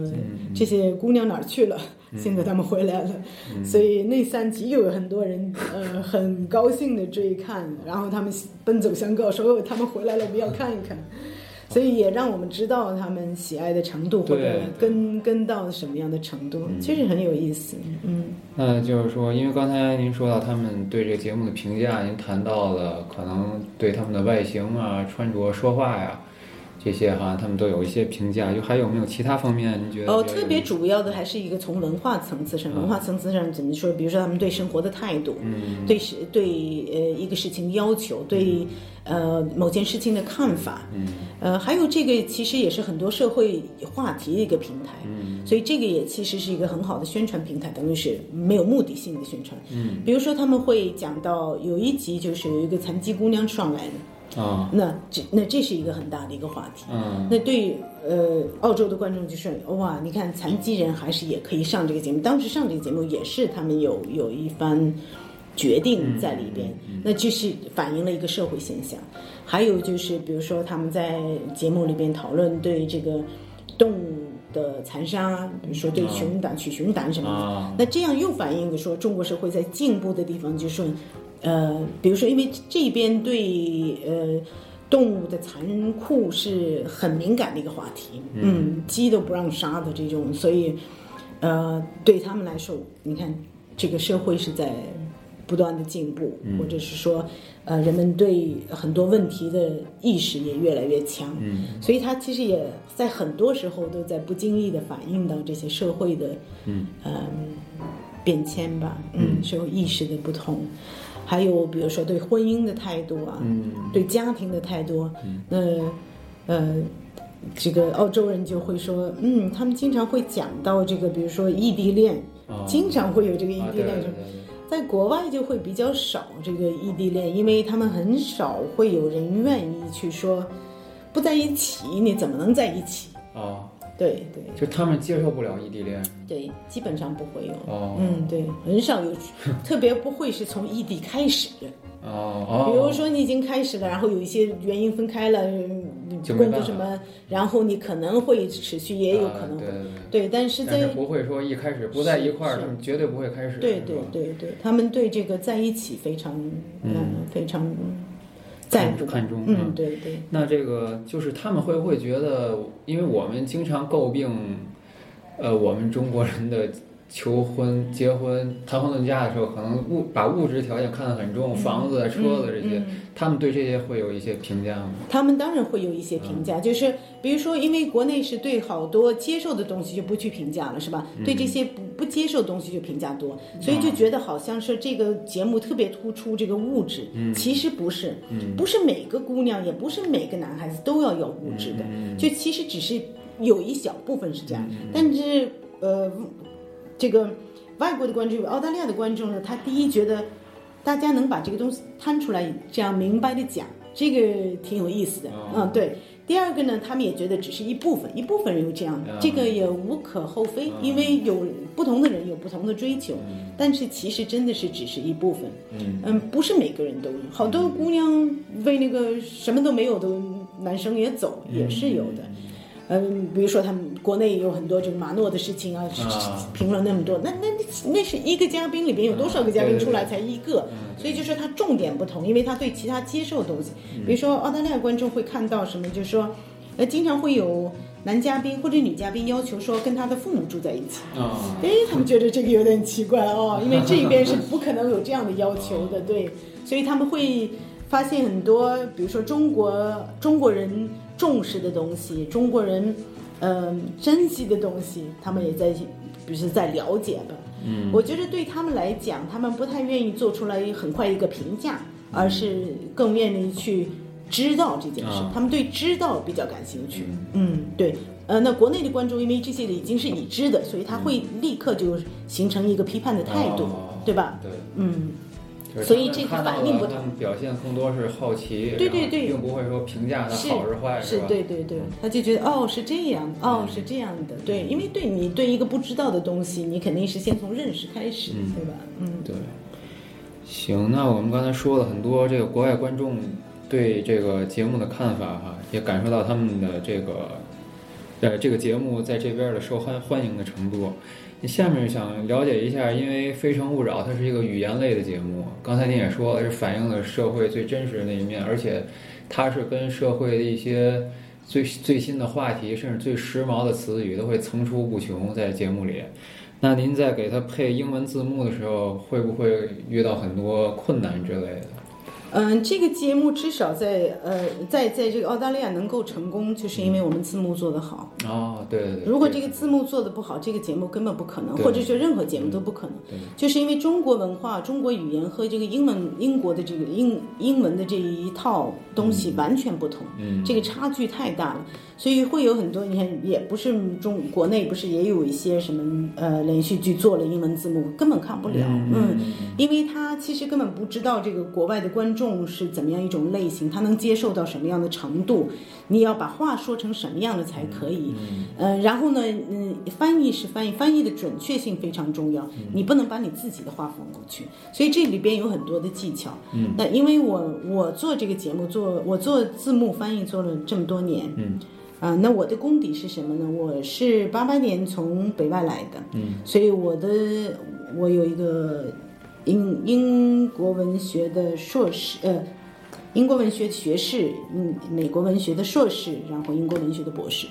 Speaker 2: 这些姑娘哪儿去了，现在她们回来了，嗯所以那三集又有很多人呃很高兴的追看，然后他们奔走相告说哦他们回来了，我们要看一看。所以也让我们知道他们喜爱的程度或者嗯
Speaker 1: 对
Speaker 2: 跟跟到什么样的程度，确实很有意思。嗯，
Speaker 1: 那就是说，因为刚才您说到他们对这个节目的评价，您谈到了可能对他们的外形啊、穿着、说话呀、这些哈，他们都有一些评价。就还有没有其他方面你觉得？
Speaker 2: 哦，特别主要的还是一个从文化层次上，文化层次上怎么说？比如说他们对生活的态度，
Speaker 1: 嗯
Speaker 2: 对事对呃一个事情要求，对呃某件事情的看法，
Speaker 1: 嗯
Speaker 2: 呃，还有这个其实也是很多社会话题的一个平台，
Speaker 1: 嗯
Speaker 2: 所以这个也其实是一个很好的宣传平台，等于是没有目的性的宣传。
Speaker 1: 嗯
Speaker 2: 比如说他们会讲到有一集就是有一个残疾姑娘上来的，
Speaker 1: 啊
Speaker 2: 那这那这是一个很大的一个话题。
Speaker 1: 嗯
Speaker 2: 那对于呃澳洲的观众就是哇，你看残疾人还是也可以上这个节目。当时上这个节目也是他们有有一番决定在里边，那就是反映了一个社会现象。还有就是比如说他们在节目里边讨论对这个动物的残杀，比如说对熊胆、取熊胆什么的，
Speaker 1: 啊
Speaker 2: 那这样又反映的说，中国社会在进步的地方，就是说，呃，比如说，因为这边对呃动物的残酷是很敏感的一个话题，嗯，鸡都不让杀的这种，所以，呃，对他们来说，你看这个社会是在不断的进步，
Speaker 1: 嗯
Speaker 2: 或者是说，呃，人们对很多问题的意识也越来越强，
Speaker 1: 嗯
Speaker 2: 所以它其实也在很多时候都在不经意的反映到这些社会的，呃
Speaker 1: 嗯
Speaker 2: 变迁吧，嗯，社会意识的不同，还有比如说对婚姻的态度啊，
Speaker 1: 嗯
Speaker 2: 对家庭的态度，那呃，这个澳洲人就会说，嗯，他们经常会讲到这个，比如说异地恋，
Speaker 1: 啊
Speaker 2: 经常会有这个异
Speaker 1: 啊
Speaker 2: 地
Speaker 1: 对对
Speaker 2: 恋
Speaker 1: 对
Speaker 2: 什么。
Speaker 1: 对。
Speaker 2: 在国外就会比较少这个异地恋，因为他们很少会有人愿意去说不在一起，你怎么能在一起？
Speaker 1: 啊，
Speaker 2: 对对
Speaker 1: 就他们接受不了异地恋
Speaker 2: 对，基本上不会有。
Speaker 1: 哦
Speaker 2: 嗯，对，很少有，特别不会是从异地开始。
Speaker 1: 哦哦，
Speaker 2: 比如说你已经开始了，然后有一些原因分开了，嗯
Speaker 1: 就没
Speaker 2: 工
Speaker 1: 办
Speaker 2: 作
Speaker 1: 法
Speaker 2: 什么，然后你可能会持续，也有
Speaker 1: 啊
Speaker 2: 可能会。
Speaker 1: 对对对
Speaker 2: 对，但是
Speaker 1: 但
Speaker 2: 在
Speaker 1: 是不会说一开始不在一块儿，
Speaker 2: 是
Speaker 1: 他们绝对不会开始。
Speaker 2: 对
Speaker 1: 是吧
Speaker 2: 对对对，他们对这个在一起非常嗯非常在乎
Speaker 1: 看看重
Speaker 2: 嗯对对
Speaker 1: 那这个就是他们会不会觉得，因为我们经常诟病，呃，我们中国人的求婚、结婚、谈婚论嫁的时候，可能物把物质条件看得很重，房子、车子这些，
Speaker 2: 嗯嗯
Speaker 1: 他们对这些会有一些评价吗？
Speaker 2: 他们当然会有一些评价，就是比如说，因为国内是对好多接受的东西就不去评价了，是吧？对这些不不接受的东西就评价多，所以就觉得好像是这个节目特别突出这个物质，其实不是，不是每个姑娘，也不是每个男孩子都要有物质的，就其实只是有一小部分是这样，但是呃，这个外国的观众、澳大利亚的观众呢，他第一觉得大家能把这个东西摊出来，这样明白的讲，这个挺有意思的。
Speaker 1: 哦
Speaker 2: 嗯，对。第二个呢，他们也觉得只是一部分，一部分人有这样的
Speaker 1: 嗯，
Speaker 2: 这个也无可厚非，因为有不同的人有不同的追求，但是其实真的是只是一部分。
Speaker 1: 嗯
Speaker 2: 嗯，不是每个人都有，好多姑娘为那个什么都没有的男生也走，也是有的。嗯，比如说他们国内有很多这个马诺的事情啊，
Speaker 1: 啊
Speaker 2: 评论那么多，那那那那是一个嘉宾里边有多少个嘉
Speaker 1: 啊对
Speaker 2: 宾
Speaker 1: 对
Speaker 2: 出来才一个，所以就说他重点不同，因为他对其他接受的东西，比如说澳大利亚观众会看到什么，就是说，呃，经常会有男嘉宾或者女嘉宾要求说跟他的父母住在一起，
Speaker 1: 啊，
Speaker 2: 哎，他们觉得这个有点奇怪哦，因为这边是不可能有这样的要求的，对，所以他们会发现很多，比如说中国中国人重视的东西，中国人嗯、珍惜的东西，他们也在，比如说在了解吧。嗯，我觉得对他们来讲，他们不太愿意做出来很快一个评价，而是更愿意去知道这件事，
Speaker 1: 啊
Speaker 2: 他们对知道比较感兴趣。嗯，对，呃，那国内的观众因为这些已经是已知的，所以他会立刻就形成一个批判的态度，
Speaker 1: 哦
Speaker 2: 对吧？
Speaker 1: 对。
Speaker 2: 嗯，
Speaker 1: 就是
Speaker 2: 所以
Speaker 1: 他们
Speaker 2: 这个
Speaker 1: 看到
Speaker 2: 反应
Speaker 1: 的
Speaker 2: 不同
Speaker 1: 他们表现更多是好奇，
Speaker 2: 对对
Speaker 1: 然后
Speaker 2: 对
Speaker 1: 并不会说评价它
Speaker 2: 是
Speaker 1: 好是坏，
Speaker 2: 是
Speaker 1: 吧？
Speaker 2: 对对对，他就觉得哦是这样，哦是这样的，对，因为对你对一个不知道的东西，你肯定是先从认识开始，对吧？嗯，
Speaker 1: 对，行，那我们刚才说了很多这个国外观众对这个节目的看法哈、也感受到他们的这个呃这个节目在这边的受欢欢迎的程度。下面想了解一下，因为《非诚勿扰》它是一个语言类的节目，刚才您也说了，是反映了社会最真实的那一面，而且它是跟社会的一些最最新的话题，甚至最时髦的词语都会层出不穷在节目里。那您在给它配英文字幕的时候，会不会遇到很多困难之类的？
Speaker 2: 嗯，这个节目至少在呃在在这个澳大利亚能够成功，就是因为我们字幕做得好。
Speaker 1: 哦，对对对。
Speaker 2: 如果这个字幕做得不好，这个节目根本不可能，
Speaker 1: 对
Speaker 2: 或者说任何节目都不可能。
Speaker 1: 对
Speaker 2: 就是因为中国文化、中国语言和这个英文、英国的这个英英文的这一套东西完全不同，
Speaker 1: 嗯
Speaker 2: 这个差距太大了，所以会有很多你看，也不是中国内不是也有一些什么呃连续剧做了英文字幕，根本看不了，
Speaker 1: 嗯
Speaker 2: 嗯，因为他其实根本不知道这个国外的观众是怎么样一种类型，他能接受到什么样的程度，你要把话说成什么样的才可以。
Speaker 1: 嗯
Speaker 2: 呃，然后呢，嗯，翻译是翻译，翻译的准确性非常重要，
Speaker 1: 嗯
Speaker 2: 你不能把你自己的话翻过去，所以这里边有很多的技巧。嗯，那因为我我做这个节目做我做字幕翻译做了这么多年，
Speaker 1: 嗯，
Speaker 2: 啊、那我的功底是什么呢？我是八八年从北外来的，
Speaker 1: 嗯，
Speaker 2: 所以我的我有一个英英国文学的硕士，呃，英国文学学士，嗯，美国文学的硕士，然后英国文学的博士。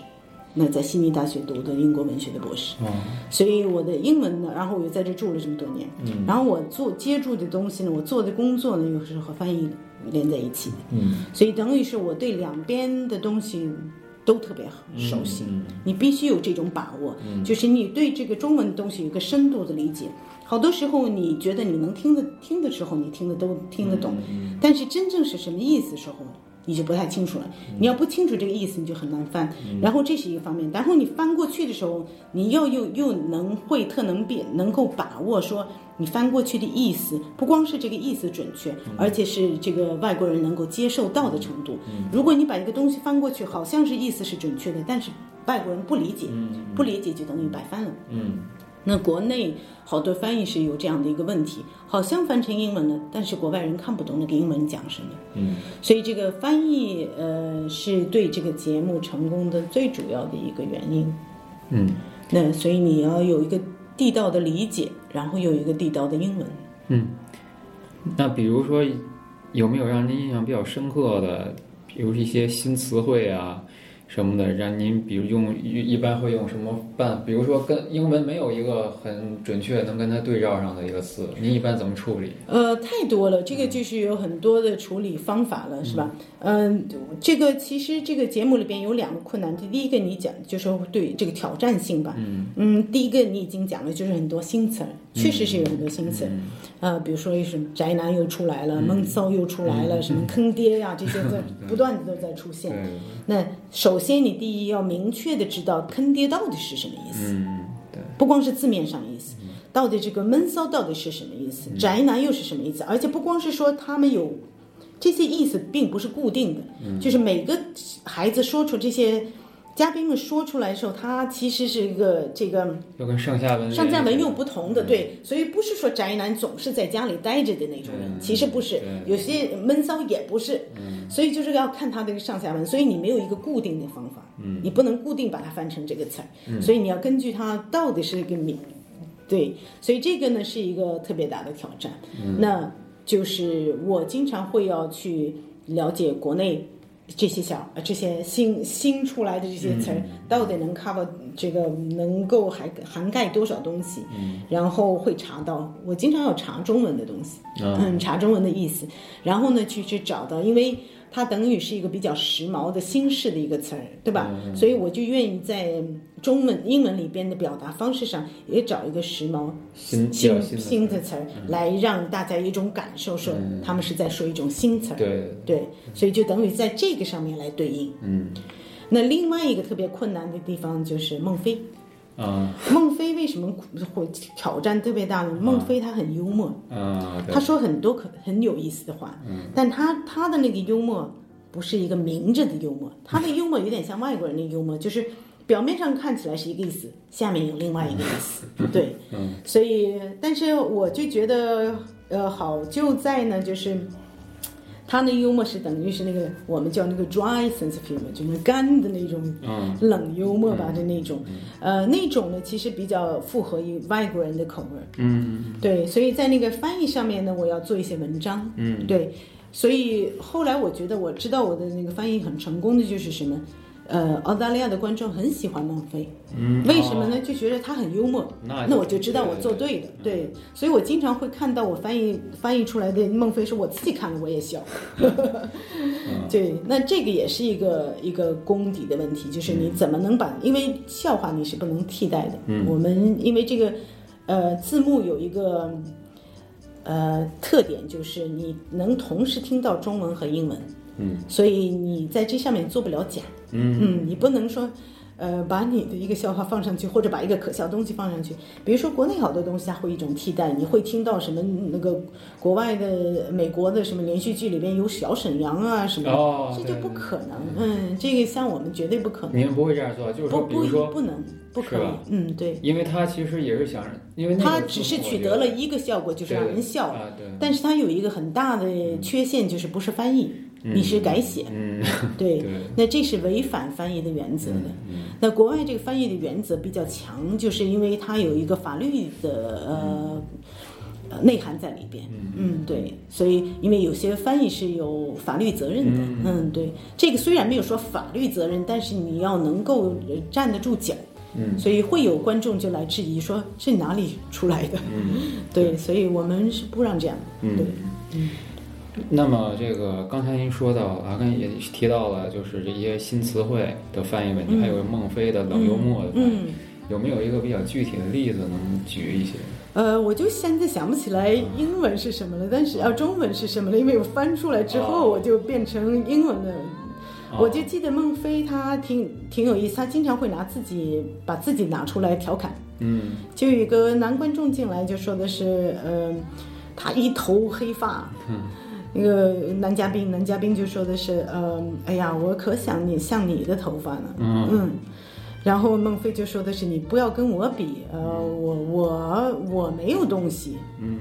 Speaker 2: 那在悉尼大学读的英国文学的博士，
Speaker 1: 哦，
Speaker 2: 所以我的英文呢，然后我又在这住了这么多年，
Speaker 1: 嗯
Speaker 2: 然后我做接触的东西呢，我做的工作呢，又是和翻译连在一起的，
Speaker 1: 嗯，
Speaker 2: 所以等于是我对两边的东西都特别熟悉。
Speaker 1: 嗯
Speaker 2: 你必须有这种把握，就是你对这个中文的东西有一个深度的理解。好多时候你觉得你能听得听的时候，你听得都听得懂，
Speaker 1: 嗯
Speaker 2: 但是真正是什么意思的时候。你就不太清楚了，
Speaker 1: 嗯
Speaker 2: 你要不清楚这个意思，你就很难翻。然后这是一个方面，然后你翻过去的时候，你要又又能会特能变，能够把握说你翻过去的意思，不光是这个意思准确，
Speaker 1: 嗯
Speaker 2: 而且是这个外国人能够接受到的程度。
Speaker 1: 嗯
Speaker 2: 如果你把一个东西翻过去，好像是意思是准确的，但是外国人不理解，不理解就等于白翻了。
Speaker 1: 嗯
Speaker 2: 那国内好多翻译是有这样的一个问题，好像翻成英文了，但是国外人看不懂那个英文讲什么。
Speaker 1: 嗯
Speaker 2: 所以这个翻译，呃，是对这个节目成功的最主要的一个原因。
Speaker 1: 嗯
Speaker 2: 那所以你要有一个地道的理解，然后有一个地道的英文。
Speaker 1: 嗯。那比如说，有没有让您印象比较深刻的，比如一些新词汇啊什么的，让您比如用一一般会用什么办？比如说跟英文没有一个很准确能跟它对照上的一个词，您一般怎么处理？
Speaker 2: 呃，太多了，这个就是有很多的处理方法了，是吧？嗯、这个其实这个节目里边有两个困难，第一个你讲就是说对这个挑战性吧，嗯第一个你已经讲了，就是很多新词儿，确实是有很多新词儿，呃，比如说有什么宅男又出来了，闷骚又出来了，什么坑爹呀、这些字儿不断的都在出现。
Speaker 1: 对，
Speaker 2: 那首先你第一要明确的知道坑爹到底是什么意思，
Speaker 1: 嗯，对，嗯
Speaker 2: 不光是字面上的意思，到底这个闷骚到底是什么意思，宅男又是什么意思？而且不光是说他们有这些意思，并不是固定的，
Speaker 1: 嗯
Speaker 2: 就是每个孩子说出这些。嘉宾们说出来的时候，他其实是一个这个
Speaker 1: 要跟上下文
Speaker 2: 上下文
Speaker 1: 联系
Speaker 2: 又不同
Speaker 1: 嗯
Speaker 2: 的，对，所以不是说宅男总是在家里待着的那种人，
Speaker 1: 嗯
Speaker 2: 其实不是，
Speaker 1: 对嗯
Speaker 2: 有些闷骚也不是，所以就是要看他这个上下文，所以你没有一个固定的方法，
Speaker 1: 嗯
Speaker 2: 你不能固定把它翻成这个词儿，所以你要根据它到底是一个名，对，所以这个呢是一个特别大的挑战，
Speaker 1: 嗯
Speaker 2: 那就是我经常会要去了解国内。这些小呃这些新新出来的这
Speaker 1: 嗯
Speaker 2: 些词儿，到底能 cover 这个能够涵涵盖多少东西？
Speaker 1: 嗯
Speaker 2: 然后会查到，我经常要查中文的东西，
Speaker 1: 啊
Speaker 2: 嗯，查中文的意思，然后呢去去找到，因为它等于是一个比较时髦的新式的一个词儿，对吧？
Speaker 1: 嗯
Speaker 2: 所以我就愿意在中文、英文里边的表达方式上也找一个时髦、
Speaker 1: 新比较新
Speaker 2: 新
Speaker 1: 的嗯
Speaker 2: 新的词儿，来让大家一种感受，说他们是在说一种新词儿。
Speaker 1: 对，
Speaker 2: 对，所以就等于在这个上面来对应。
Speaker 1: 嗯
Speaker 2: 那另外一个特别困难的地方就是孟非，
Speaker 1: 啊
Speaker 2: 孟非为什么会挑战特别大呢？孟非他很幽默，
Speaker 1: 啊，对嗯
Speaker 2: 他说很多可很有意思的话，但他他的那个幽默不是一个明着的幽 默，他的幽默有点像外国人的幽默，就是表面上看起来是一个意思，下面有另外一个意 思，对，
Speaker 1: 嗯
Speaker 2: 所以但是我就觉得呃好就在呢就是。他的幽默是等于是那个我们叫那个 dry sense of humor，就是干的那种
Speaker 1: 嗯
Speaker 2: 冷幽默吧的那种，呃，那种呢其实比较符合于外国人的口味儿。
Speaker 1: 嗯
Speaker 2: 对，所以在那个翻译上面呢，我要做一些文章。
Speaker 1: 嗯
Speaker 2: 对，所以后来我觉得我知道我的那个翻译很成功的就是什么，呃，澳大利亚的观众很喜欢孟非，
Speaker 1: 嗯，
Speaker 2: 为什么
Speaker 1: 哦？
Speaker 2: 呢？就觉得他很幽默，
Speaker 1: 那嗯
Speaker 2: 那我就知道我做对了。对，所以我经常会看到我翻译翻译出来的孟非，是我自己看了我也笑。
Speaker 1: 嗯
Speaker 2: 对，那这个也是一个一个功底的问题，就是你怎么能把，因为笑话你是不能替代的。
Speaker 1: 嗯
Speaker 2: 我们因为这个，呃，字幕有一个呃特点，就是你能同时听到中文和英文。
Speaker 1: 嗯，
Speaker 2: 所以你在这上面做不了假。
Speaker 1: 嗯
Speaker 2: 你不能说。呃，把你的一个笑话放上去，或者把一个可笑东西放上去，比如说国内好多东西，它会一种替代，你会听到什么嗯那个国外的美国的什么连续剧里边有小沈阳啊什么的，
Speaker 1: 哦，
Speaker 2: 这
Speaker 1: 对
Speaker 2: 就不可能。嗯，这个像我们绝对不可能，
Speaker 1: 你们不会这样做，就是说，
Speaker 2: 不
Speaker 1: 比
Speaker 2: 不
Speaker 1: 如说，
Speaker 2: 不能不可
Speaker 1: 是
Speaker 2: 以
Speaker 1: 吧。
Speaker 2: 嗯，对，
Speaker 1: 因为他其实也是想，因为那个
Speaker 2: 它只是取得了一个效果，
Speaker 1: 我觉得，
Speaker 2: 就是让人笑，
Speaker 1: 啊，对，
Speaker 2: 但是它有一个很大的缺陷，就是不是翻译，你是 改写。
Speaker 1: 嗯，
Speaker 2: 对，
Speaker 1: 对，
Speaker 2: 那这是违反翻译的原则
Speaker 1: 嗯
Speaker 2: 的。那国外这个翻译的原则比较强，就是因为它有一个法律的呃。
Speaker 1: 嗯
Speaker 2: 呃内涵在里边，嗯，对，所以因为有些翻译是有法律责任的，嗯对，这个虽然没有说法律责任，但是你要能够呃站得住脚，嗯，所以会有观众就来质疑说这哪里出来的，
Speaker 1: 嗯，
Speaker 2: 对，所以我们是不让这样的，
Speaker 1: 嗯
Speaker 2: 对，
Speaker 1: 那么这个刚才您说到啊，刚才也提到了，就是这些新词汇的翻译问题，还有孟非的冷幽默的翻译，
Speaker 2: 嗯。
Speaker 1: 有没有一个比较具体的例子能举一些？
Speaker 2: 呃，我就现在想不起来英文是什么了，但是啊，中文是什么了？因为我翻出来之后，
Speaker 1: 哦
Speaker 2: 我就变成英文的。
Speaker 1: 哦
Speaker 2: 我就记得孟非他挺挺有意思，他经常会拿自己把自己拿出来调侃。
Speaker 1: 嗯
Speaker 2: 就有一个男观众进来就说的是，嗯、他一头黑发。
Speaker 1: 嗯
Speaker 2: 那个男嘉宾，男嘉宾就说的是，嗯，哎呀，我可想你像你的头发呢，
Speaker 1: 嗯
Speaker 2: 嗯，然后孟非就说的是你不要跟我比，呃，我我我没有东西，
Speaker 1: 嗯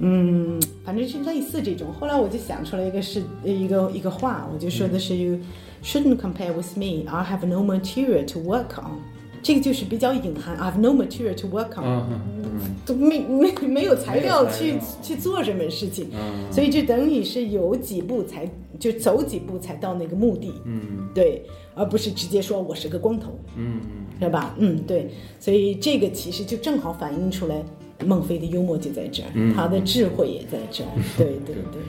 Speaker 2: 嗯，反正是类似这种。后来我就想出来一个是一个一个话，我就说的
Speaker 1: 嗯
Speaker 2: 是、You shouldn't compare with me. I have no material to work on。这个就是比较隐含，I have no material to work
Speaker 1: 嗯
Speaker 2: on，、
Speaker 1: 嗯嗯
Speaker 2: 都没没没有材料
Speaker 1: 没有材
Speaker 2: 去
Speaker 1: 料
Speaker 2: 去做这门事情，
Speaker 1: 嗯
Speaker 2: 所以就等于是有几步才就走几步才到那个目的，
Speaker 1: 嗯
Speaker 2: 对，而不是直接说我是个光头，
Speaker 1: 嗯
Speaker 2: 对吧？嗯，对，所以这个其实就正好反映出来孟非的幽默就在这儿，
Speaker 1: 嗯
Speaker 2: 他的智慧也在 这儿。对对对，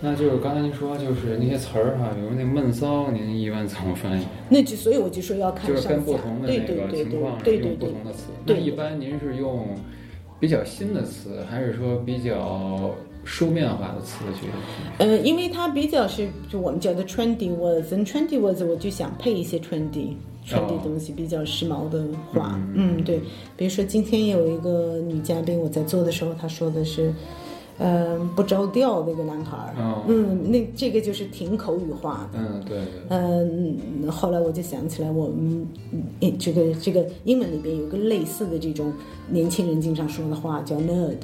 Speaker 1: 那就是刚才您说，就是那些词儿哈，比如那闷骚，您一般怎么翻译？
Speaker 2: 那就所以我就说要看
Speaker 1: 就是
Speaker 2: 上
Speaker 1: 跟不
Speaker 2: 下
Speaker 1: 同，的
Speaker 2: 对
Speaker 1: 那
Speaker 2: 对
Speaker 1: 个
Speaker 2: 对
Speaker 1: 情况
Speaker 2: 对对
Speaker 1: 用不
Speaker 2: 对
Speaker 1: 同的词。那
Speaker 2: 对
Speaker 1: 一般您是用比较新的词，还是说比较书面化的词去？
Speaker 2: 呃，因为它比较是就我们叫的 trendy words，and trendy words 我就想配一些 trendy
Speaker 1: 哦
Speaker 2: trendy 东西，比较时髦的话。嗯，对，比如说今天有一个女嘉宾，我在做的时候，她说的是，嗯、不着调那个男孩儿。
Speaker 1: 哦
Speaker 2: 嗯，那这个就是挺口语化的。
Speaker 1: 嗯，对对，
Speaker 2: 嗯，后来我就想起来，我们嗯这个这个英文里边有个类似的这种年轻人经常说的话叫 nerd，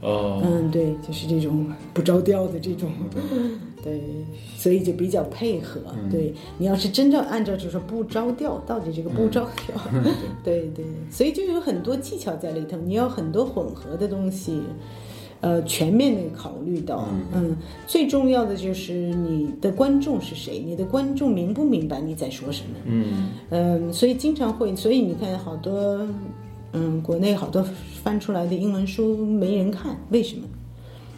Speaker 1: 哦，
Speaker 2: 嗯，对，就是这种不着调的这种， 对，所以就比较配合。对你要是真正按照就是说不着调，到底这个不着调，对对，所以就有很多技巧在里头，你要很多混合的东西。呃，全面的考虑到，嗯，最重要的就是你的观众是谁，你的观众明不明白你在说什么，
Speaker 1: 嗯
Speaker 2: 嗯，所以经常会，所以你看好多，嗯，国内好多翻出来的英文书没人看，为什么？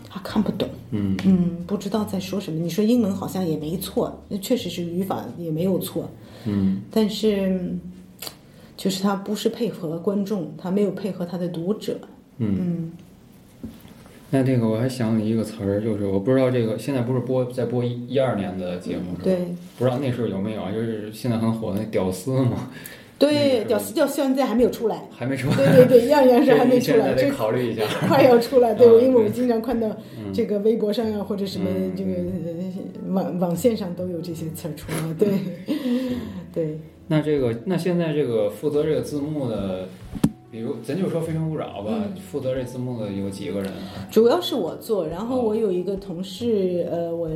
Speaker 2: 他看不懂，
Speaker 1: 嗯
Speaker 2: 嗯，不知道在说什么。你说英文好像也没错，确实是语法也没有错，
Speaker 1: 嗯
Speaker 2: 但是嗯就是他不是配合观众，他没有配合他的读者，
Speaker 1: 嗯。
Speaker 2: 嗯
Speaker 1: 那这个我还想起一个词儿，就是我不知道这个现在不是播在播一一二年的节目是吧？
Speaker 2: 对
Speaker 1: 不知道那时候有没有啊？就是现在很火的那屌丝嘛，那
Speaker 2: 对，
Speaker 1: 个
Speaker 2: 屌丝叫现在还没有出来，
Speaker 1: 还没出来，
Speaker 2: 对对对，样样是还没出
Speaker 1: 现在
Speaker 2: 来，
Speaker 1: 得
Speaker 2: 这
Speaker 1: 考虑一下。
Speaker 2: 快要出来，对，
Speaker 1: 嗯
Speaker 2: 我因为我
Speaker 1: 对
Speaker 2: 经常看到这个微博上啊，或者什么
Speaker 1: 嗯
Speaker 2: 这个呃网网线上都有这些词儿出来，对，
Speaker 1: 嗯
Speaker 2: 对，
Speaker 1: 那这个，那现在这个负责这个字幕的，比如咱就说《非诚勿扰》吧，
Speaker 2: 嗯
Speaker 1: 负责这字幕的有几个人啊？
Speaker 2: 主要是我做，然后
Speaker 1: 哦
Speaker 2: 我有一个同事，呃，我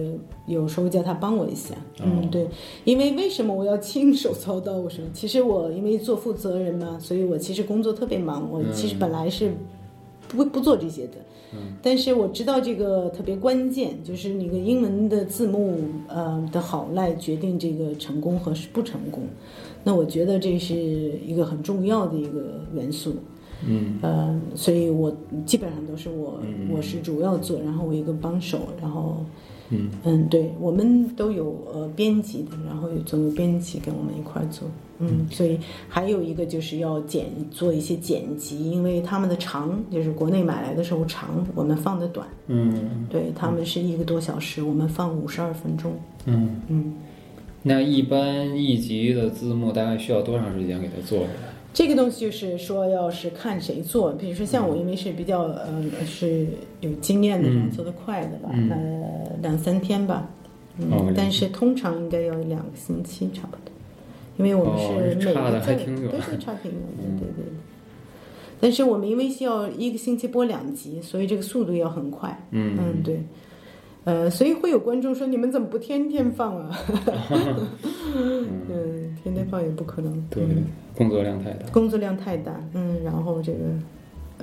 Speaker 2: 有时候叫他帮我一下，
Speaker 1: 哦
Speaker 2: 嗯，对，因为为什么我要亲手操刀？我说，
Speaker 1: 嗯
Speaker 2: 其实我因为做负责人嘛，所以我其实工作特别忙，我其实本来是不不做这些的。嗯，但是我知道这个特别关键，就是你的英文的字幕呃的好赖决定这个成功和不成功。那我觉得这是一个很重要的一个元素。
Speaker 1: 嗯，
Speaker 2: 呃，所以我基本上都是我、我是主要做，然后我一个帮手，然后
Speaker 1: 嗯
Speaker 2: 对，我们都有呃编辑的，然后有总有编辑跟我们一块儿做，嗯，所以还有一个就是要剪做一些剪辑，因为他们的长就是国内买来的时候长，我们放的短，
Speaker 1: 嗯
Speaker 2: 对他们是一个多小时，我们放五十二分钟，
Speaker 1: 嗯，
Speaker 2: 嗯。
Speaker 1: 那一般一集的字幕大概需要多长时间给它做出来？
Speaker 2: 这个东西就是说，要是看谁做，比如说像我，因为是比较呃是有经验的人，做得快的吧，
Speaker 1: 嗯
Speaker 2: 呃两三天吧，嗯，
Speaker 1: 哦
Speaker 2: 但是通常应该要两个星期差不多，因为我们
Speaker 1: 哦
Speaker 2: 是每
Speaker 1: 差
Speaker 2: 个
Speaker 1: 得
Speaker 2: 字
Speaker 1: 还
Speaker 2: 儿、
Speaker 1: 挺
Speaker 2: 对
Speaker 1: 远嗯
Speaker 2: 对差挺远的，对对对。但是我们因为是要一个星期播两集，所以这个速度要很快，
Speaker 1: 嗯
Speaker 2: 嗯对，呃，所以会有观众说你们怎么不天天放啊？嗯，天天放也不可能，
Speaker 1: 对
Speaker 2: 嗯，
Speaker 1: 工作量太大。
Speaker 2: 工作量太大，嗯，然后这个，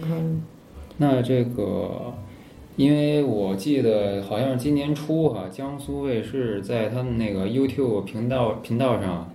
Speaker 2: 嗯，
Speaker 1: 那这个，因为我记得好像是今年初哈、江苏卫视在他们那个 YouTube 频道频道上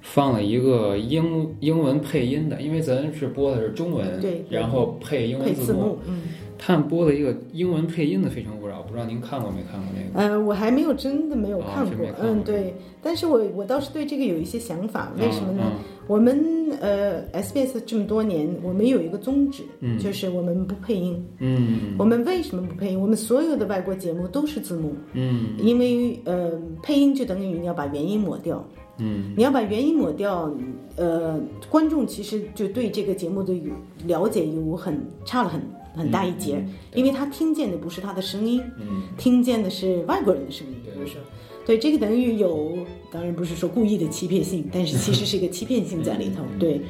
Speaker 1: 放了一个英英文配音的，因为咱是播的是中文，
Speaker 2: 对
Speaker 1: 然后配英
Speaker 2: 配
Speaker 1: 文
Speaker 2: 字
Speaker 1: 字幕。
Speaker 2: 幕，嗯，
Speaker 1: 他们播了一个英文配音的《非诚勿扰》，不知道您看过没看过那个？
Speaker 2: 呃，我还没有真的没有
Speaker 1: 哦
Speaker 2: 看
Speaker 1: 真
Speaker 2: 过，
Speaker 1: 没看过
Speaker 2: 嗯，对，但是我我倒是对这个有一些想法，为什么呢？
Speaker 1: 嗯？
Speaker 2: 我们呃 SBS 这么多年，我们有一个宗旨，
Speaker 1: 嗯
Speaker 2: 就是我们不配音。
Speaker 1: 嗯
Speaker 2: 我们为什么不配音？我们所有的外国节目都是字幕，
Speaker 1: 嗯
Speaker 2: 因为呃，配音就等于你要把元音抹掉。
Speaker 1: 嗯
Speaker 2: 你要把原因抹掉，呃，观众其实就对这个节目的了解有很差了很很大一截，因为他听见的不是他的声音，
Speaker 1: 嗯
Speaker 2: 听见的是外国人的声音，比
Speaker 1: 对
Speaker 2: 如说，对这个等于有，当然不是说故意的欺骗性，但是其实是一个欺骗性在里
Speaker 1: 嗯
Speaker 2: 头，对，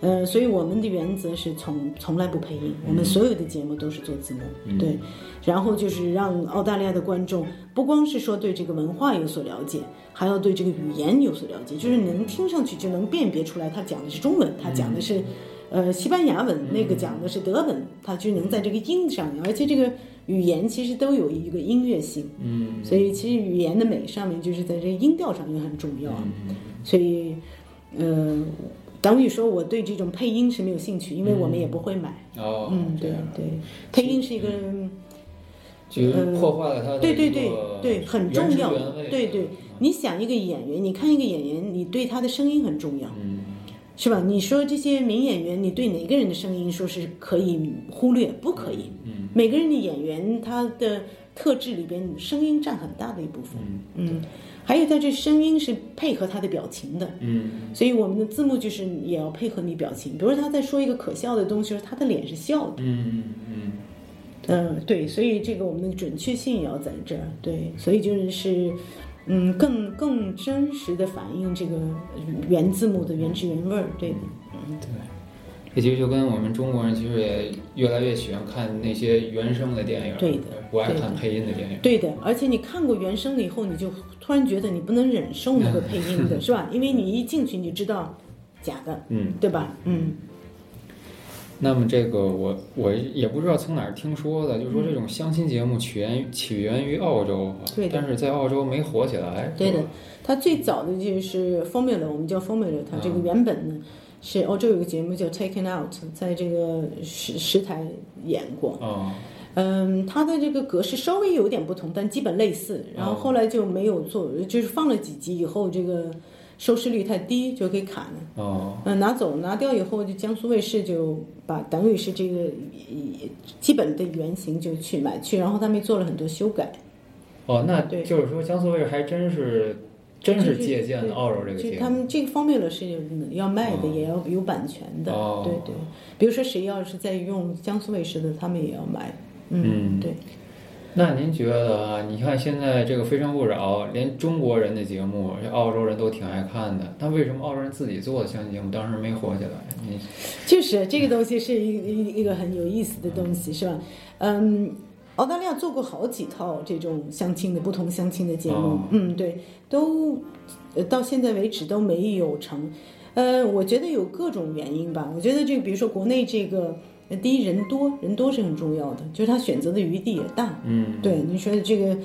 Speaker 2: 呃，所以我们的原则是从从来不配音，我们所有的节目都是做字幕，对，然后就是让澳大利亚的观众不光是说对这个文化有所了解，还要对这个语言有所了解，就是能听上去就能辨别出来他讲的是中文，他讲的是。呃，西班牙文那个讲的是德文，他就能在这个音上，而且这个语言其实都有一个音乐性，
Speaker 1: 嗯
Speaker 2: 所以其实语言的美上面就是在这个音调上也很重
Speaker 1: 嗯
Speaker 2: 要。所以，呃，等于说我对这种配音是没有兴趣，因为我们也不会买。
Speaker 1: 哦，
Speaker 2: 嗯，
Speaker 1: 这
Speaker 2: 对
Speaker 1: 样，嗯
Speaker 2: 对，配音是一个，
Speaker 1: 就是破坏了他的
Speaker 2: 呃对对
Speaker 1: 一
Speaker 2: 对
Speaker 1: 个
Speaker 2: 对，很
Speaker 1: 原
Speaker 2: 重
Speaker 1: 汁
Speaker 2: 要
Speaker 1: 原味。
Speaker 2: 对对，你想一个演员，你看一个演员，你对他的声音很重要。
Speaker 1: 嗯
Speaker 2: 是吧？你说这些名演员，你对哪个人的声音说是可以忽略？不可以。
Speaker 1: 嗯
Speaker 2: 每个人的演员他的特质里边，声音占很大的一部分。
Speaker 1: 嗯
Speaker 2: 嗯，还有他这声音是配合他的表情的，
Speaker 1: 嗯
Speaker 2: 所以我们的字幕就是也要配合你表情。比如说他在说一个可笑的东西时，他的脸是笑的。
Speaker 1: 嗯嗯。
Speaker 2: 嗯，对，所以这个我们的准确性也要在这儿。对，所以就是。嗯，更更真实的反映这个原字幕的原汁原味儿，对的。
Speaker 1: 这其实就跟我们中国人其实也越来越喜欢看那些原声的电影，
Speaker 2: 对的
Speaker 1: 不爱
Speaker 2: 对的
Speaker 1: 看配音的电影。
Speaker 2: 对的，而且你看过原声了以后，你就突然觉得你不能忍受那个配音的，是吧？因为你一进去你就知道假的，
Speaker 1: 嗯，
Speaker 2: 对吧？嗯，
Speaker 1: 那么这个我我也不知道从哪儿听说的，就说这种相亲节目起源于起源于澳洲，
Speaker 2: 嗯
Speaker 1: 啊
Speaker 2: 对的
Speaker 1: 但是在澳洲没火起来。
Speaker 2: 对的
Speaker 1: 是吧，。
Speaker 2: 它最早的就是 Formula，我们叫 Formula，它这个原本呢是欧洲有个节目叫 Taken Out，在这个十十台演过。
Speaker 1: 哦，
Speaker 2: 嗯，它的这个格式稍微有点不同，但基本类似。然后后来就没有做，就是放了几集以后，这个收视率太低就给砍了。
Speaker 1: 哦，
Speaker 2: 嗯，拿走拿掉以后，就江苏卫视就把等于是这个以基本的原型就去买去，然后他们做了很多修改，
Speaker 1: 哦，那
Speaker 2: 对
Speaker 1: 就是说江苏卫视还真是真是借鉴了澳洲哦这个
Speaker 2: 就
Speaker 1: 节
Speaker 2: 他
Speaker 1: 目。
Speaker 2: 们这个方面了是要卖的，也要有版权的，
Speaker 1: 哦
Speaker 2: 对对。比如说谁要是在用江苏卫视的，他们也要买，
Speaker 1: 嗯
Speaker 2: 对。
Speaker 1: 那您觉得啊？你看现在这个《非诚勿扰》，连中国人的节目，这澳洲人都挺爱看的。那为什么澳洲人自己做的相亲节目当时没火起来？你
Speaker 2: 就是这个东西是一一一个很有意思的东西，是吧？嗯，澳大利亚做过好几套这种相亲的不同相亲的节目，
Speaker 1: 哦
Speaker 2: 嗯，对，都呃到现在为止都没有成。呃，我觉得有各种原因吧。我觉得这个，比如说国内这个呃第一人多，人多是很重要的，就是他选择的余地也大。
Speaker 1: 嗯，
Speaker 2: 对，你说这个，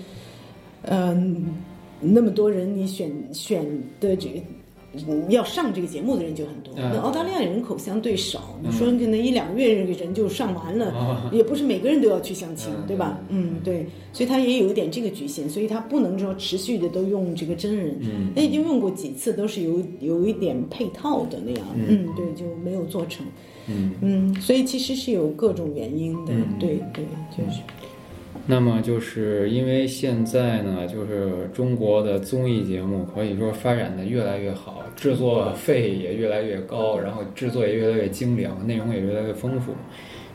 Speaker 2: 嗯、那么多人，你选选的这个要上这个节目的人就很多。
Speaker 1: 嗯
Speaker 2: 那澳大利亚人口相对少，你说可能一两个月人就上完了，
Speaker 1: 啊，
Speaker 2: 也不是每个人都要去相亲，
Speaker 1: 嗯
Speaker 2: 对吧？嗯，对，所以他也有一点这个局限，所以他不能说持续的都用这个真人。
Speaker 1: 嗯，
Speaker 2: 那已经用过几次，都是有有一点配套的那样，
Speaker 1: 嗯
Speaker 2: 嗯，对，就没有做成，
Speaker 1: 嗯，
Speaker 2: 嗯，所以其实是有各种原因的，
Speaker 1: 嗯
Speaker 2: 对对，就是，
Speaker 1: 那么就是因为现在呢，就是中国的综艺节目可以说发展的越来越好，制作费也越来越高，然后制作也越来越精良，内容也越来越丰富。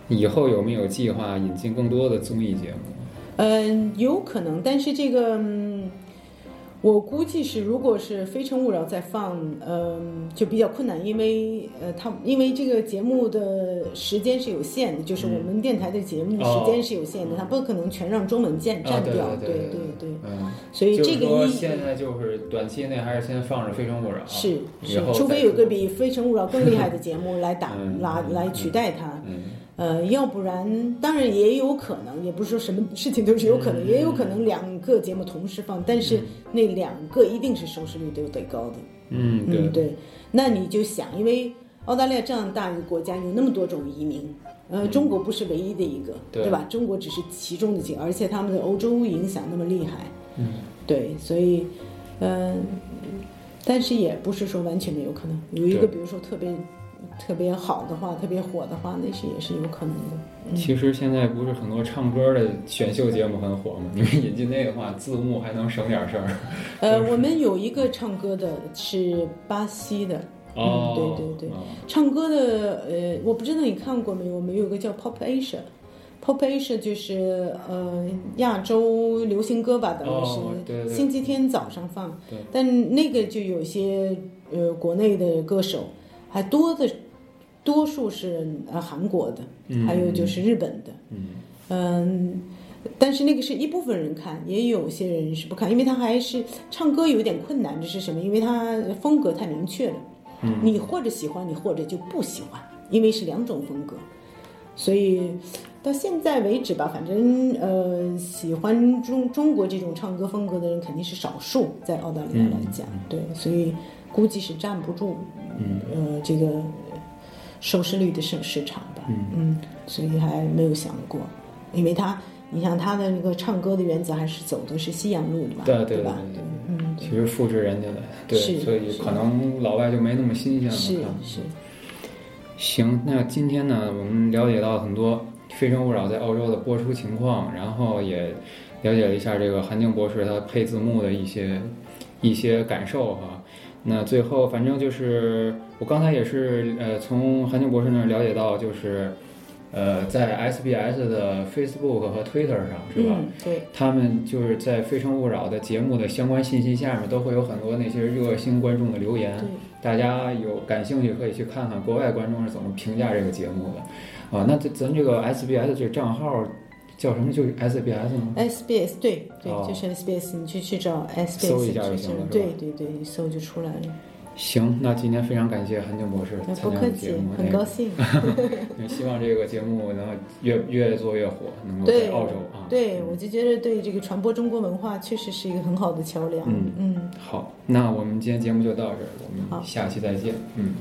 Speaker 1: 以后有没有计划引进更多的综艺节目？
Speaker 2: 嗯、有可能，但是这个。嗯我估计是，如果是《非诚勿扰》再放，嗯、就比较困难，因为呃，它因为这个节目的时间是有限的，就是我们电台的节目时间是有限的，它不可能全让中文占
Speaker 1: 啊
Speaker 2: 占
Speaker 1: 对
Speaker 2: 掉，
Speaker 1: 嗯对对
Speaker 2: 对对，
Speaker 1: 嗯，
Speaker 2: 所以
Speaker 1: 就是
Speaker 2: 这个
Speaker 1: 说
Speaker 2: 意义
Speaker 1: 现在就是短期内还是先放着《非诚勿扰》，
Speaker 2: 是
Speaker 1: 以
Speaker 2: 是
Speaker 1: 后，
Speaker 2: 除
Speaker 1: 再
Speaker 2: 非有
Speaker 1: 说
Speaker 2: 个比《非诚勿扰》更厉害的节目来打
Speaker 1: 嗯
Speaker 2: 来
Speaker 1: 嗯
Speaker 2: 来
Speaker 1: 嗯
Speaker 2: 取代它，
Speaker 1: 嗯
Speaker 2: 呃，要不然当然也有可能，也不是说什么事情都是有可
Speaker 1: 嗯
Speaker 2: 能，也有可能两个节目同时放，但是那两个一定是收视率都得高的。
Speaker 1: 嗯对
Speaker 2: 嗯，对，那你就想，因为澳大利亚这样大一个国家，有那么多种移民，呃，中国不是唯一的一个，
Speaker 1: 嗯对
Speaker 2: 吧？中国只是其中的几个，而且他们的欧洲影响那么厉害，
Speaker 1: 嗯，
Speaker 2: 对，所以，嗯、但是也不是说完全没有可能，有一个
Speaker 1: 对
Speaker 2: 比如说特别特别好的话，特别火的话，那是也是有可能的。
Speaker 1: 其实现在不是很多唱歌的选秀节目很火吗？你们引进那个话，字幕还能省点事儿。
Speaker 2: 呃，我们有一个唱歌的是巴西的，
Speaker 1: 哦，
Speaker 2: 嗯对对对
Speaker 1: 哦
Speaker 2: 唱歌的，呃，我不知道你看过没有，我们有一个叫 Pop Asia，Pop Asia 就是呃亚洲流行歌吧，等于是、
Speaker 1: 哦对对
Speaker 2: 星期天早上放
Speaker 1: 对，
Speaker 2: 但那个就有些呃国内的歌手，还多的多数是呃韩国的，
Speaker 1: 嗯
Speaker 2: 还有就是日本的，
Speaker 1: 嗯
Speaker 2: 嗯，但是那个是一部分人看，也有些人是不看，因为他还是唱歌有点困难，这是什么？因为他风格太明确了，
Speaker 1: 嗯
Speaker 2: 你或者喜欢，你或者就不喜欢，因为是两种风格，所以。到现在为止吧，反正呃，喜欢中中国这种唱歌风格的人肯定是少数，在澳大利亚来讲，对，所以估计是站不住，
Speaker 1: 嗯，
Speaker 2: 呃，这个收视率的市市场吧，
Speaker 1: 嗯
Speaker 2: 所以还没有想过，因为他，你像他的那个唱歌的原则还是走的是西洋路的嘛，
Speaker 1: 对对
Speaker 2: 对吧？
Speaker 1: 对对啊
Speaker 2: 嗯，
Speaker 1: 其实复制人家的，对，
Speaker 2: 是
Speaker 1: 所以
Speaker 2: 是
Speaker 1: 可能老外就没那么新鲜了。
Speaker 2: 是
Speaker 1: 可能
Speaker 2: 是，
Speaker 1: 行，那今天呢，我们了解到很多《非诚勿扰》在澳洲的播出情况，然后也了解了一下这个韩静博士他配字幕的一些一些感受哈。那最后，反正就是我刚才也是呃，从韩静博士那儿了解到，就是呃，在 SBS 的 Facebook 和 Twitter 上是吧？
Speaker 2: 嗯，对，
Speaker 1: 他们就是在《非诚勿扰》的节目的相关信息下面，都会有很多那些热心观众的留言
Speaker 2: 对。，
Speaker 1: 大家有感兴趣可以去看看国外观众是怎么评价这个节目的。啊，那这咱这个 SBS 这个账号叫什么？就是 SBS 吗？
Speaker 2: SBS 对对，
Speaker 1: 哦
Speaker 2: 就是 SBS，你去去找 SBS，
Speaker 1: 搜一下就
Speaker 2: 去
Speaker 1: 行了是吧
Speaker 2: 对对对，一搜就出来了。
Speaker 1: 行，那今天非常感谢韩静博士
Speaker 2: 那
Speaker 1: 参
Speaker 2: 呃
Speaker 1: 加
Speaker 2: 不
Speaker 1: 我
Speaker 2: 客
Speaker 1: 们节
Speaker 2: 气
Speaker 1: 目，，
Speaker 2: 很
Speaker 1: 那
Speaker 2: 高兴。
Speaker 1: 也希望这个节目能够越越做越火，能够
Speaker 2: 对
Speaker 1: 在澳洲啊。
Speaker 2: 对，我就觉得对这个传播中国文化确实是一个很好的桥梁。
Speaker 1: 嗯
Speaker 2: 嗯
Speaker 1: 好，那我们今天节目就到这儿，我
Speaker 2: 好
Speaker 1: 们下期再见。嗯。